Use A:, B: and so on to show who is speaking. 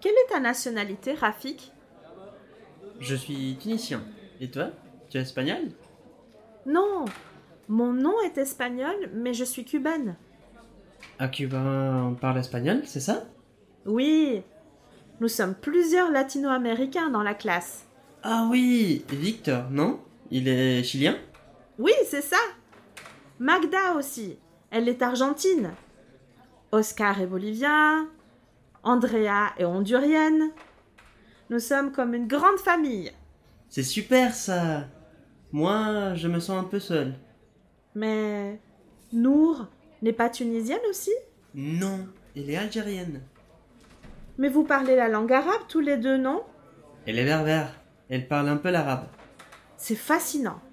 A: Quelle est ta nationalité, Rafik
B: Je suis tunisien. Et toi Tu es espagnol
A: Non, mon nom est espagnol, mais je suis cubaine.
B: À Cuba, on parle espagnol, c'est ça
A: Oui, nous sommes plusieurs latino-américains dans la classe.
B: Ah oui, Victor, non Il est chilien
A: Oui, c'est ça. Magda aussi, elle est argentine. Oscar est bolivien. Andrea est hondurienne. Nous sommes comme une grande famille.
B: C'est super ça Moi, je me sens un peu seul.
A: Mais Nour n'est pas tunisienne aussi
B: Non, elle est algérienne.
A: Mais vous parlez la langue arabe tous les deux, non
B: Elle est berbère. Elle parle un peu l'arabe.
A: C'est fascinant.